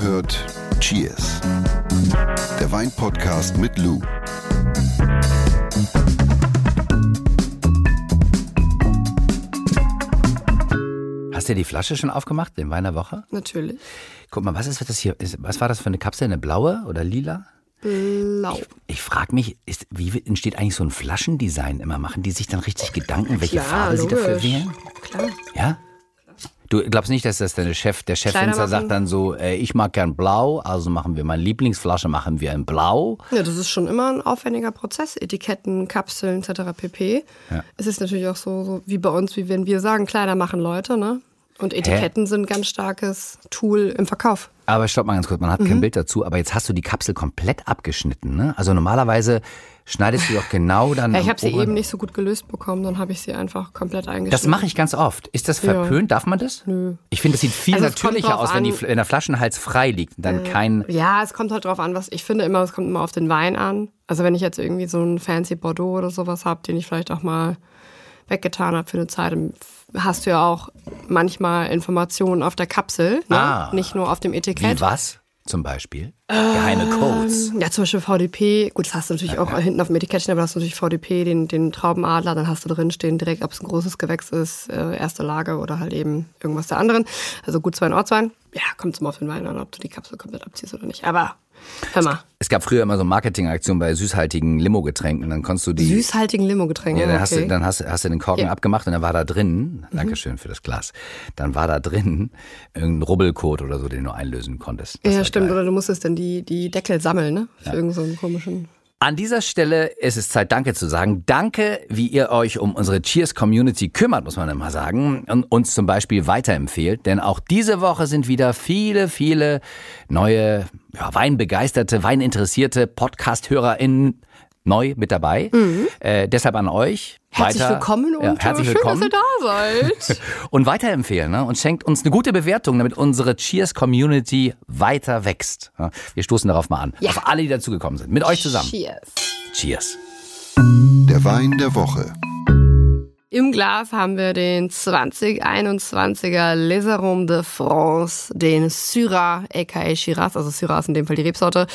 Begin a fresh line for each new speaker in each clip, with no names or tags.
hört Cheers. Der Wein-Podcast mit Lou.
Hast du die Flasche schon aufgemacht, den Wein der Woche?
Natürlich.
Guck mal, was ist das hier? Ist- Was war das für eine Kapsel? Eine blaue oder lila?
Blau.
Ich frage mich, ist, wie entsteht eigentlich so ein Flaschendesign immer? Machen die sich dann richtig Gedanken, welche Farbe sie dafür wählen?
Klar.
Ja? Du glaubst nicht, dass das deine Chef, der Chefinzer
Kleiner
sagt
machen.
dann so, äh, ich mag gern blau, also machen wir meine Lieblingsflasche, machen wir in blau.
Ja, das ist schon immer ein aufwendiger Prozess. Etiketten, Kapseln etc. pp. Es ist natürlich auch so, so wie bei uns, wie wenn wir sagen, Kleider machen Leute, ne? Und Etiketten sind ein ganz starkes Tool im Verkauf.
Aber stopp mal ganz kurz, man hat
Mhm.
kein Bild dazu, aber jetzt hast du die Kapsel komplett abgeschnitten, ne? Also normalerweise schneidest du doch genau dann.
Ja, ich
am
habe sie
oberen-
eben nicht so gut gelöst bekommen, dann habe ich sie einfach komplett eingeschnitten.
Das mache ich ganz oft. Ist das verpönt? Darf man das? Nö. Ich finde, das sieht viel
Also es kommt
natürlicher
drauf
aus, wenn, die,
an.
Fl- wenn der Flaschenhals frei liegt und dann kein.
Ja, es kommt halt drauf an, was ich finde immer, es kommt immer auf den Wein an. Also wenn ich jetzt irgendwie so einen fancy Bordeaux oder sowas habe, den ich vielleicht auch mal weggetan habe für eine Zeit, dann hast du ja auch manchmal Informationen auf der Kapsel, ne?
Ah.
nicht nur auf dem Etikett.
Wie was? Zum Beispiel? Geheime Codes.
Ja, zum Beispiel VDP. Gut, das hast du natürlich auch hinten auf dem Etikett stehen, aber da hast du natürlich VDP, den, den Traubenadler, dann hast du drin stehen direkt, ob es ein großes Gewächs ist, äh, erste Lage oder halt eben irgendwas der anderen. Also Gutswein, Ortswein. Ja, kommt es mal auf den Wein an, ob du die Kapsel komplett abziehst oder nicht. Aber hör mal,
Es gab früher immer so Marketingaktionen bei süßhaltigen Limo-Getränken. Dann konntest du die.
süßhaltigen Limo-Getränke.
Ja, dann, hast du,
okay.
dann hast, du- hast du den Korken
Ja. Mhm.
abgemacht und dann war da drin, Dankeschön für das Glas, dann war da drin irgendein Rubbelcode oder so, den du einlösen konntest. Das
ja,
war
stimmt.
geil.
Oder du musstest dann die, die Deckel sammeln, ne? Für irgendeinen so einen komischen.
An dieser Stelle ist es Zeit, Danke zu sagen. Danke, wie ihr euch um unsere Cheers-Community kümmert, muss man immer sagen, und uns zum Beispiel weiterempfehlt. Denn auch diese Woche sind wieder viele, viele neue ja, Weinbegeisterte, Weininteressierte Podcast-HörerInnen neu mit dabei. Äh, deshalb an euch.
Mhm. Herzlich
weiter,
willkommen und
ja,
äh,
herzlich
schön,
willkommen.
dass ihr da seid.
Und weiterempfehlen ne? und schenkt uns eine gute Bewertung, damit unsere Cheers-Community weiter wächst. Ja, Wir stoßen darauf mal an.
Ja.
Auf alle, die dazugekommen sind. Mit euch zusammen.
Cheers.
Cheers.
Der Wein der Woche.
Im Glas haben wir den 2021er Lézerum de France, den Syrah, aka Shiraz, also Syrah ist in dem Fall die Rebsorte,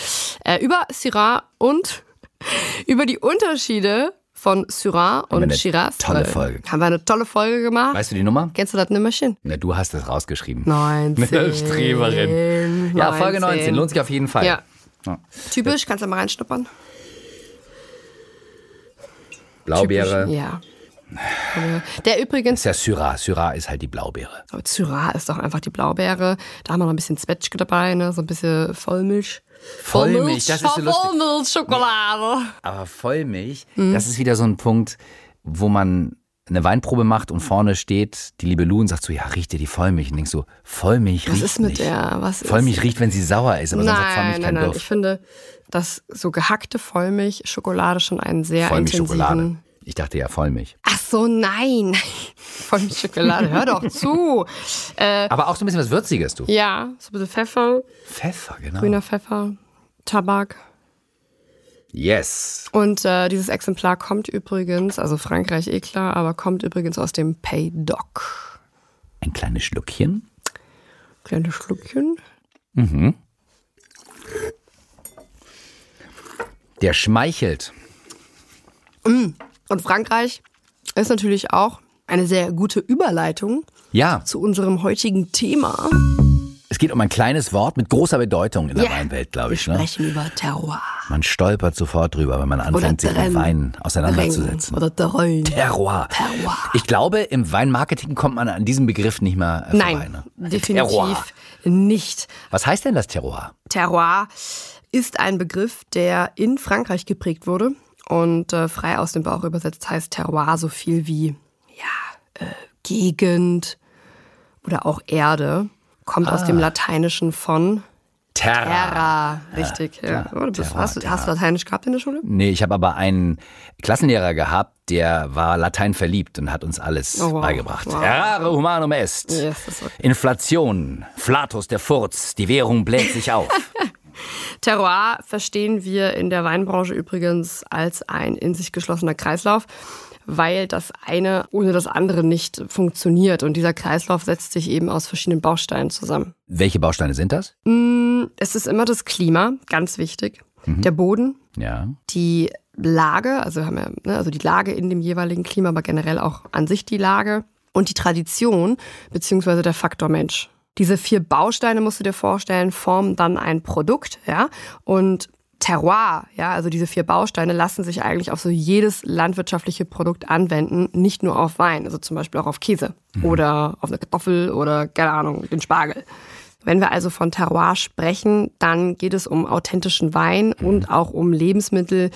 äh, über Syrah und über die Unterschiede von Syrah
wir
und
eine
Shiraz.
tolle
Äh,
Folge.
Haben wir eine tolle Folge gemacht.
Weißt du die Nummer?
Kennst du das Nimmerchen?
Na, du hast es rausgeschrieben.
19.
Streberin. Ja, Folge 19.
19.
Lohnt sich auf jeden Fall.
Ja.
Ja.
Typisch, kannst du mal reinschnuppern?
Blaubeere.
Typisch, Ja. Aber Der übrigens
Ist ja Syrah. Syrah ist halt die Blaubeere.
Aber Syrah ist doch einfach die Blaubeere. Da haben wir noch ein bisschen Zwetschge dabei, ne? so ein bisschen Vollmilch.
Vollmilch, das ist so lustig.
Vollmilchschokolade.
Aber Vollmilch,
Mhm.
das ist wieder so ein Punkt, wo man eine Weinprobe macht und vorne steht die liebe Lou und sagt so, ja, riecht dir die Vollmilch? Und denkst so, Vollmilch riecht
Was ist mit
nicht.
der? Was ist?
Vollmilch riecht, wenn sie sauer ist, aber sonst hat Vollmilch
Nein, nein,
keinen
nein. Ich
Duft.
finde, dass so gehackte Vollmilchschokolade schon einen sehr
Vollmilchschokolade.
intensiven...
Ich dachte ja, Vollmilch.
Ach so, nein. Vollmilchschokolade, hör doch zu. Äh,
Aber auch so ein bisschen was Würziges, du.
ja, so ein bisschen Pfeffer,
Pfeffer, genau.
grüner Pfeffer, Tabak.
Yes.
Und äh, dieses Exemplar kommt übrigens, also Frankreich eh klar, aber kommt übrigens aus dem Paydoc.
Ein kleines Schluckchen.
Kleine Schluckchen.
Der schmeichelt.
Und Frankreich ist natürlich auch eine sehr gute Überleitung
Ja.
zu unserem heutigen Thema.
Es geht um ein kleines Wort mit großer Bedeutung in der
Ja.
Weinwelt, glaube
Wir
ich. Ne?
sprechen über Terroir.
Man stolpert sofort drüber, wenn man anfängt, sich mit
Terrain.
Wein
Terrain
auseinanderzusetzen.
Oder Terrain.
Terroir.
Terroir.
Ich glaube, im Weinmarketing kommt man an diesem Begriff nicht mehr äh, vorbei.
Nein,
ne?
definitiv
Terroir.
nicht.
Was heißt denn das Terroir?
Terroir ist ein Begriff, der in Frankreich geprägt wurde und äh, frei aus dem Bauch übersetzt heißt Terroir so viel wie ja, äh, Gegend oder auch Erde. Kommt aus dem Lateinischen von
Terra.
Terra, richtig. Ah. Ja. Oh, du bist,
Terra,
hast, du,
Terra.
hast du Lateinisch gehabt in der Schule?
Nee, ich habe aber einen Klassenlehrer gehabt, der war Latein verliebt und hat uns alles
Oh, wow.
beigebracht.
Wow.
Errare humanum est.
Yes, das war-
Inflation. Flatus der Furz. Die Währung bläht sich auf.
Terroir verstehen wir in der Weinbranche übrigens als ein in sich geschlossener Kreislauf, weil das eine ohne das andere nicht funktioniert. Und dieser Kreislauf setzt sich eben aus verschiedenen Bausteinen zusammen.
Welche Bausteine sind das?
Mm, Es ist immer das Klima, ganz wichtig. Der Boden,
Ja.
die Lage, also haben wir, ne, also die Lage in dem jeweiligen Klima, aber generell auch an sich die Lage und die Tradition beziehungsweise der Faktor Mensch. Diese vier Bausteine musst du dir vorstellen, formen dann ein Produkt, ja und Terroir, ja, also diese vier Bausteine lassen sich eigentlich auf so jedes landwirtschaftliche Produkt anwenden, nicht nur auf Wein, also zum Beispiel auch auf Käse oder auf eine Kartoffel oder keine Ahnung den Spargel. Wenn wir also von Terroir sprechen, dann geht es um authentischen Wein und auch um Lebensmittel,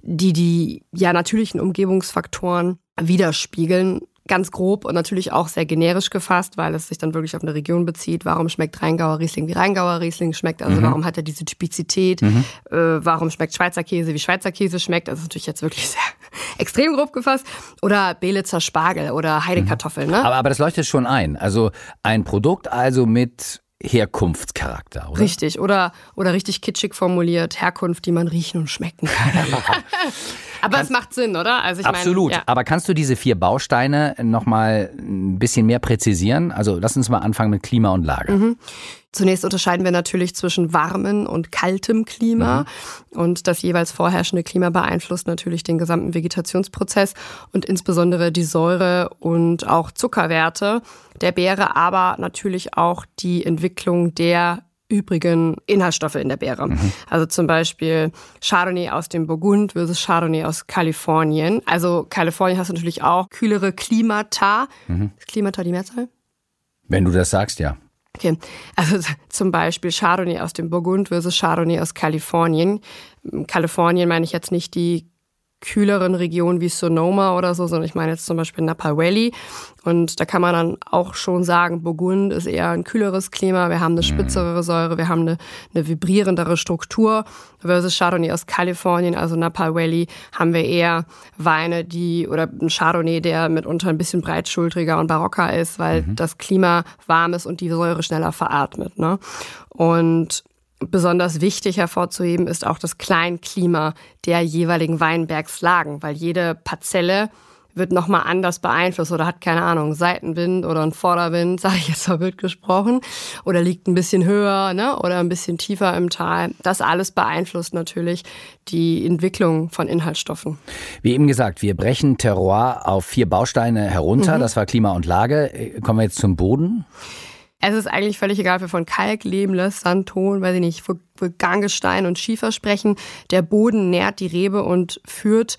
die die ja natürlichen Umgebungsfaktoren widerspiegeln. Ganz grob und natürlich auch sehr generisch gefasst, weil es sich dann wirklich auf eine Region bezieht. Warum schmeckt Rheingauer Riesling wie Rheingauer Riesling schmeckt? Also warum hat er diese Typizität? Äh, warum schmeckt Schweizer Käse wie Schweizer Käse schmeckt? Das ist natürlich jetzt wirklich sehr extrem grob gefasst. Oder Belitzer Spargel oder Heidekartoffeln. Ne?
Aber, aber das leuchtet schon ein. Also ein Produkt also mit Herkunftscharakter, oder?
Richtig, oder, oder richtig kitschig formuliert, Herkunft, die man riechen und schmecken kann. Aber es macht Sinn, oder? Also ich
Absolut.
Meine, ja.
Aber kannst du diese vier Bausteine nochmal ein bisschen mehr präzisieren? Also lass uns mal anfangen mit Klima und Lage.
Mhm. Zunächst unterscheiden wir natürlich zwischen warmem und kaltem Klima. Und das jeweils vorherrschende Klima beeinflusst natürlich den gesamten Vegetationsprozess und insbesondere die Säure und auch Zuckerwerte der Beere, aber natürlich auch die Entwicklung der übrigen Inhaltsstoffe in der Beere. Also zum Beispiel Chardonnay aus dem Burgund versus Chardonnay aus Kalifornien. Also Kalifornien hast du natürlich auch kühlere Klimata. Ist Klimata die Mehrzahl?
Wenn du das sagst, ja.
Okay, also z- zum Beispiel Chardonnay aus dem Burgund versus Chardonnay aus Kalifornien. Ähm, Kalifornien meine ich jetzt nicht die kühleren Regionen wie Sonoma oder so, sondern ich meine jetzt zum Beispiel Napa Valley. Und da kann man dann auch schon sagen, Burgund ist eher ein kühleres Klima, wir haben eine spitzere Säure, wir haben eine, eine vibrierendere Struktur. Versus Chardonnay aus Kalifornien, also Napa Valley, haben wir eher Weine, die oder ein Chardonnay, der mitunter ein bisschen breitschultriger und barocker ist, weil das Klima warm ist und die Säure schneller veratmet. Ne? Und Besonders wichtig hervorzuheben ist auch das Kleinklima der jeweiligen Weinbergslagen, weil jede Parzelle wird nochmal anders beeinflusst oder hat, keine Ahnung, Seitenwind oder einen Vorderwind, sage ich jetzt mal wild gesprochen, oder liegt ein bisschen höher ne? oder ein bisschen tiefer im Tal. Das alles beeinflusst natürlich die Entwicklung von Inhaltsstoffen.
Wie eben gesagt, wir brechen Terroir auf vier Bausteine
Mhm.
herunter. Das war Klima und Lage. Äh, Kommen wir jetzt zum Boden.
Es ist eigentlich völlig egal, ob wir von Kalk, Lehm, Löss, Sand, Ton, weiß ich nicht, Vulkangestein und Schiefer sprechen. Der Boden nährt die Rebe und führt,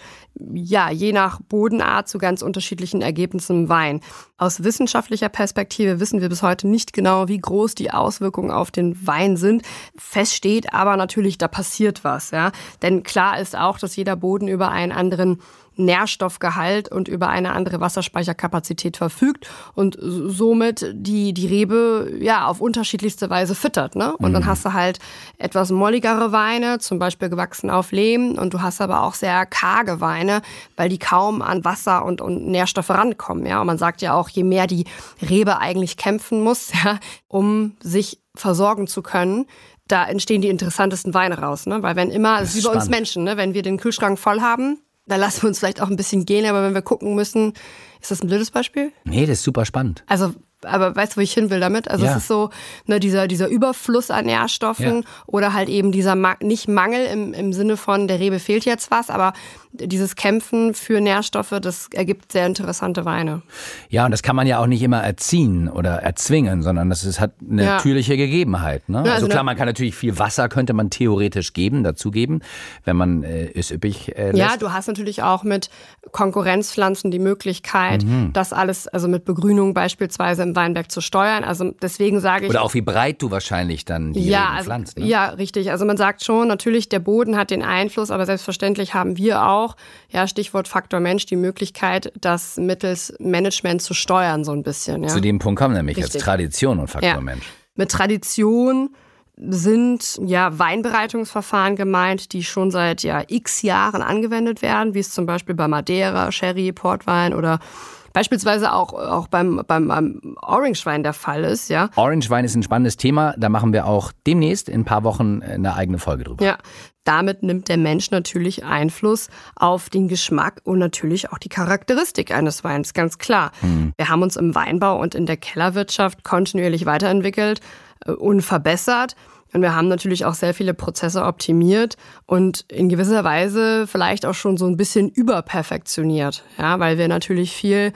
ja, je nach Bodenart zu ganz unterschiedlichen Ergebnissen im Wein. Aus wissenschaftlicher Perspektive wissen wir bis heute nicht genau, wie groß die Auswirkungen auf den Wein sind. Fest steht aber natürlich, da passiert was, ja. Denn klar ist auch, dass jeder Boden über einen anderen Nährstoffgehalt und über eine andere Wasserspeicherkapazität verfügt und somit die, die Rebe ja auf unterschiedlichste Weise füttert. Ne? Und dann hast du halt etwas molligere Weine, zum Beispiel gewachsen auf Lehm, und du hast aber auch sehr karge Weine, weil die kaum an Wasser und, und Nährstoffe rankommen. Ja? Und man sagt ja auch, je mehr die Rebe eigentlich kämpfen muss, ja, um sich versorgen zu können, da entstehen die interessantesten Weine raus. Ne? Weil wenn immer, es ist wie bei uns
spannend.
Menschen, ne? wenn wir den Kühlschrank voll haben, da lassen wir uns vielleicht auch ein bisschen gehen, aber wenn wir gucken müssen, ist das ein blödes Beispiel?
Nee, das ist super spannend.
Also, aber weißt du, wo ich hin will damit? Also,
Ja.
es ist so, ne, dieser, dieser Überfluss an Nährstoffen
Ja.
oder halt eben dieser, Ma nicht Mangel im, im Sinne von, der Rebe fehlt jetzt was, aber dieses Kämpfen für Nährstoffe, das ergibt sehr interessante Weine.
Ja, und das kann man ja auch nicht immer erziehen oder erzwingen, sondern das ist, hat eine
Ja.
natürliche Gegebenheit. Ne?
also
also klar,
ne-
man kann natürlich viel Wasser könnte man theoretisch geben, dazugeben, wenn man äh, es üppig äh, lässt.
Ja, du hast natürlich auch mit Konkurrenzpflanzen die Möglichkeit,
Mhm.
das alles, also mit Begrünung beispielsweise im Weinberg zu steuern. Also, deswegen sage ich.
oder auch wie breit du wahrscheinlich dann die
ja,
Reben
also,
pflanzt. Ne?
ja, richtig. Also man sagt schon, natürlich der Boden hat den Einfluss, aber selbstverständlich haben wir auch, ja, Stichwort Faktor Mensch, die Möglichkeit, das mittels Management zu steuern so ein bisschen. Ja.
Zu dem Punkt kommen nämlich jetzt
Richtig.
Tradition und Faktor
Ja.
Mensch.
Mit Tradition sind ja Weinbereitungsverfahren gemeint, die schon seit ja x Jahren angewendet werden, wie es zum Beispiel bei Madeira, Sherry, Portwein oder beispielsweise auch, auch beim, beim, beim Orangewein der Fall ist, ja.
Orange Wein ist ein spannendes Thema. Da machen wir auch demnächst in ein paar Wochen äh, eine eigene Folge drüber.
Ja, damit nimmt der Mensch natürlich Einfluss auf den Geschmack und natürlich auch die Charakteristik eines Weins, ganz klar. Wir haben uns im Weinbau und in der Kellerwirtschaft kontinuierlich weiterentwickelt äh, und verbessert. Und wir haben natürlich auch sehr viele Prozesse optimiert und in gewisser Weise vielleicht auch schon so ein bisschen überperfektioniert, ja, weil wir natürlich viel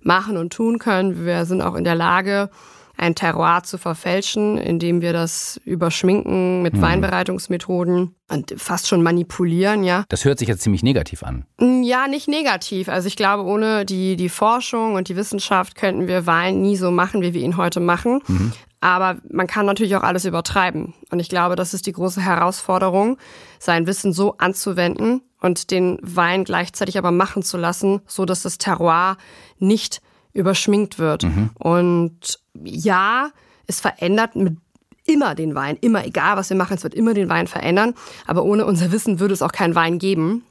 machen und tun können. Wir sind auch in der Lage, ein Terroir zu verfälschen, indem wir das überschminken mit Weinbereitungsmethoden und fast schon manipulieren, ja.
Das hört sich jetzt ziemlich negativ an.
Mm, Ja, nicht negativ. Also ich glaube, ohne die, die Forschung und die Wissenschaft könnten wir Wein nie so machen, wie wir ihn heute machen. Aber man kann natürlich auch alles übertreiben. Und ich glaube, das ist die große Herausforderung, sein Wissen so anzuwenden und den Wein gleichzeitig aber machen zu lassen, so dass das Terroir nicht überschminkt wird. Und ja, es verändert mit immer den Wein, immer egal was wir machen, es wird immer den Wein verändern. Aber ohne unser Wissen würde es auch keinen Wein geben.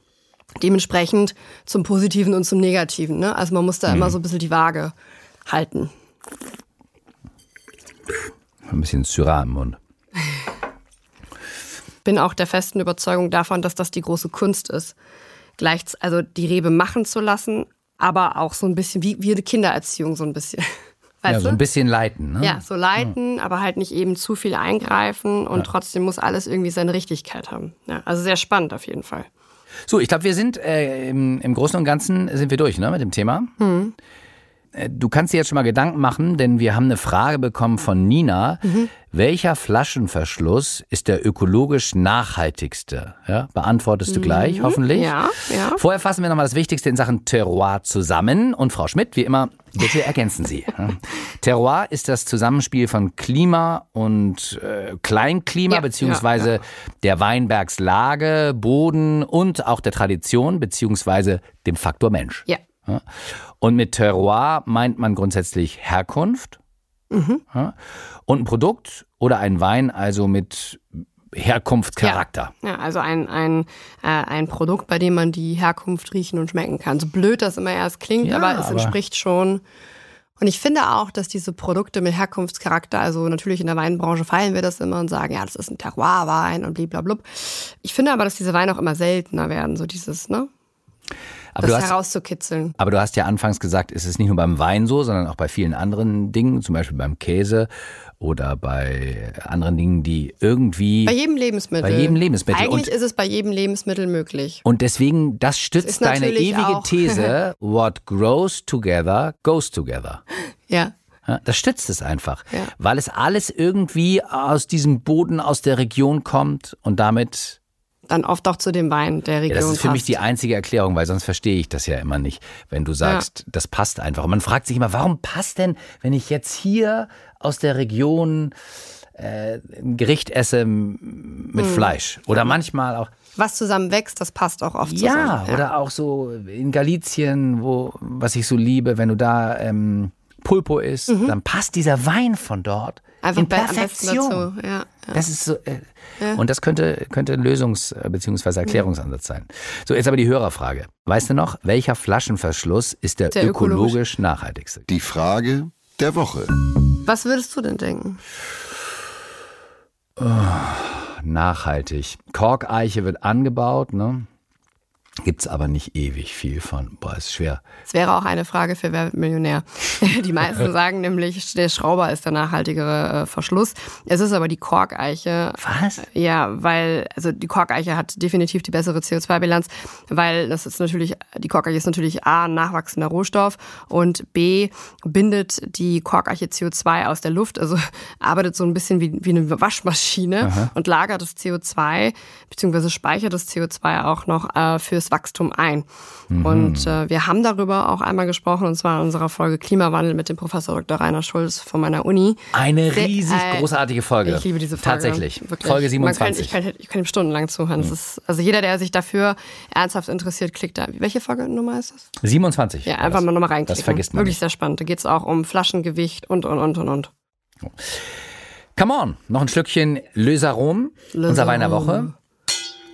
Dementsprechend zum Positiven und zum Negativen. Ne? Also man muss da
Mhm.
immer so ein bisschen die Waage halten.
Ein bisschen Syrah im Mund.
bin auch der festen Überzeugung davon, dass das die große Kunst ist. Gleich, also die Rebe machen zu lassen, aber auch so ein bisschen wie, wie eine Kindererziehung, so ein bisschen. Weißt
Ja, so ein
du?
bisschen leiten. Ne?
Ja, so leiten, aber halt nicht eben zu viel eingreifen und trotzdem muss alles irgendwie seine Richtigkeit haben. Ja, also sehr spannend auf jeden Fall.
So, ich glaube, wir sind äh, im, im Großen und Ganzen sind wir durch ne, mit dem Thema.
Hm.
Äh, Du kannst dir jetzt schon mal Gedanken machen, denn wir haben eine Frage bekommen von Nina.
Mhm.
Welcher Flaschenverschluss ist der ökologisch nachhaltigste? Ja, beantwortest du gleich, hoffentlich.
Mhm. Ja, ja.
Vorher fassen wir nochmal das Wichtigste in Sachen Terroir zusammen. Und Frau Schmidt, wie immer, bitte ergänzen Sie. Terroir ist das Zusammenspiel von Klima und äh, Kleinklima,
Ja,
beziehungsweise der Weinbergslage, Boden und auch der Tradition, beziehungsweise dem Faktor Mensch.
Ja,
Ja. Und mit Terroir meint man grundsätzlich Herkunft
Mhm.
ja. und ein Produkt oder ein Wein, also mit Herkunftscharakter.
ja also ein, ein, äh, ein Produkt, bei dem man die Herkunft riechen und schmecken kann. So blöd das immer erst klingt,
Ja,
aber es
aber-
entspricht schon. Und ich finde auch, dass diese Produkte mit Herkunftscharakter, also natürlich in der Weinbranche feiern wir das immer und sagen, ja, das ist ein Terroir-Wein und blablabla. Ich finde aber, dass diese Weine auch immer seltener werden, so dieses, ne?
Aber du
Das
hast
herauszukitzeln.
Aber du hast ja anfangs gesagt, es ist nicht nur beim Wein so, sondern auch bei vielen anderen Dingen, zum Beispiel beim Käse oder bei anderen Dingen, die irgendwie.
Bei jedem Lebensmittel.
Bei jedem Lebensmittel.
Eigentlich
Und-
ist es bei jedem Lebensmittel möglich.
und deswegen, das
Ist
stützt deine
natürlich
ewige
auch-
These, what grows together, goes together.
Ja.
Ja, Das stützt es einfach,
Ja.
weil es alles irgendwie aus diesem Boden, aus der Region kommt und damit
Dann oft auch zu dem Wein der Region.
Ja, das ist für mich
passt.
die einzige Erklärung, weil sonst verstehe ich das ja immer nicht, wenn du sagst, das passt einfach. Und man fragt sich immer, warum passt denn, wenn ich jetzt hier aus der Region äh, ein Gericht esse m- mit
Hm.
Fleisch oder manchmal auch,
Was zusammen wächst, das passt auch oft
ja,
zusammen.
oder auch so in Galizien, wo, was ich so liebe, wenn du da ähm, Pulpo isst, dann passt dieser Wein von dort
Mhm. Einfach
in
bei, am besten
Perfektion.
dazu. Ja. ja.
Das ist so, äh, Und das könnte, könnte ein Lösungs- bzw.
Mhm.
Erklärungsansatz sein. So, jetzt aber die Hörerfrage. Weißt du noch, welcher Flaschenverschluss ist der,
Der ökologisch-
ökologisch nachhaltigste?
Die Frage der Woche.
Was würdest du denn denken?
Nachhaltig. Korkeiche wird angebaut, ne? Gibt es aber nicht ewig viel von. Boah, ist schwer.
Es wäre auch eine Frage für Wer wird Millionär. Die meisten sagen nämlich, der Schrauber ist der nachhaltigere äh, Verschluss. Es ist aber die Korkeiche.
Was?
Ja, weil, also die Korkeiche hat definitiv die bessere CO2-Bilanz, weil das ist natürlich, die Korkeiche ist natürlich A, ein nachwachsender Rohstoff und B, bindet die Korkeiche CO2 aus der Luft, also arbeitet so ein bisschen wie, wie eine Waschmaschine und lagert das CO2, beziehungsweise speichert das CO2 auch noch äh, fürs Wachstum ein. Und äh, wir haben darüber auch einmal gesprochen, und zwar in unserer Folge Klimawandel mit dem Professor Dr. Rainer Schulz von meiner Uni.
Eine
Sehr-
riesig
äh,
großartige Folge.
Ich liebe diese Folge.
Tatsächlich.
Wirklich.
Folge Mhm.
Man
27.
Kann, ich, kann, ich kann ihm stundenlang zuhören. Das ist, also jeder, der sich dafür ernsthaft interessiert, klickt da. Welche Folgenummer ist das?
27.
Ja,
war
einfach
das.
mal nochmal reinklicken.
Das vergisst man
Wirklich
nicht.
sehr spannend. Da geht es auch um Flaschengewicht und, und, und, und, und.
Come on, noch ein Schlückchen Löserom,
Löserom.
unser Wein der Woche.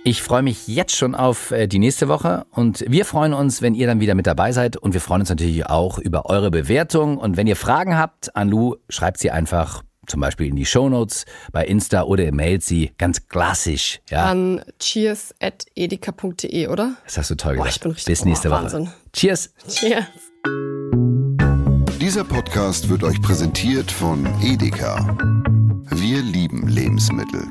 Ich freue mich jetzt schon auf äh, die nächste Woche und wir freuen uns, wenn ihr dann wieder mit dabei seid und wir freuen uns natürlich auch über eure Bewertung und wenn ihr Fragen habt an Lou, schreibt sie einfach zum Beispiel in die Shownotes bei Insta oder ihr mailt sie ganz klassisch. Ja,
An cheers.edeka.de, oder?
das hast du toll
Boah,
gesagt.
ich bin richtig
Bis nächste
oh,
Woche.
Wahnsinn.
Cheers.
Cheers.
Dieser Podcast wird euch präsentiert von Edeka. Wir lieben Lebensmittel.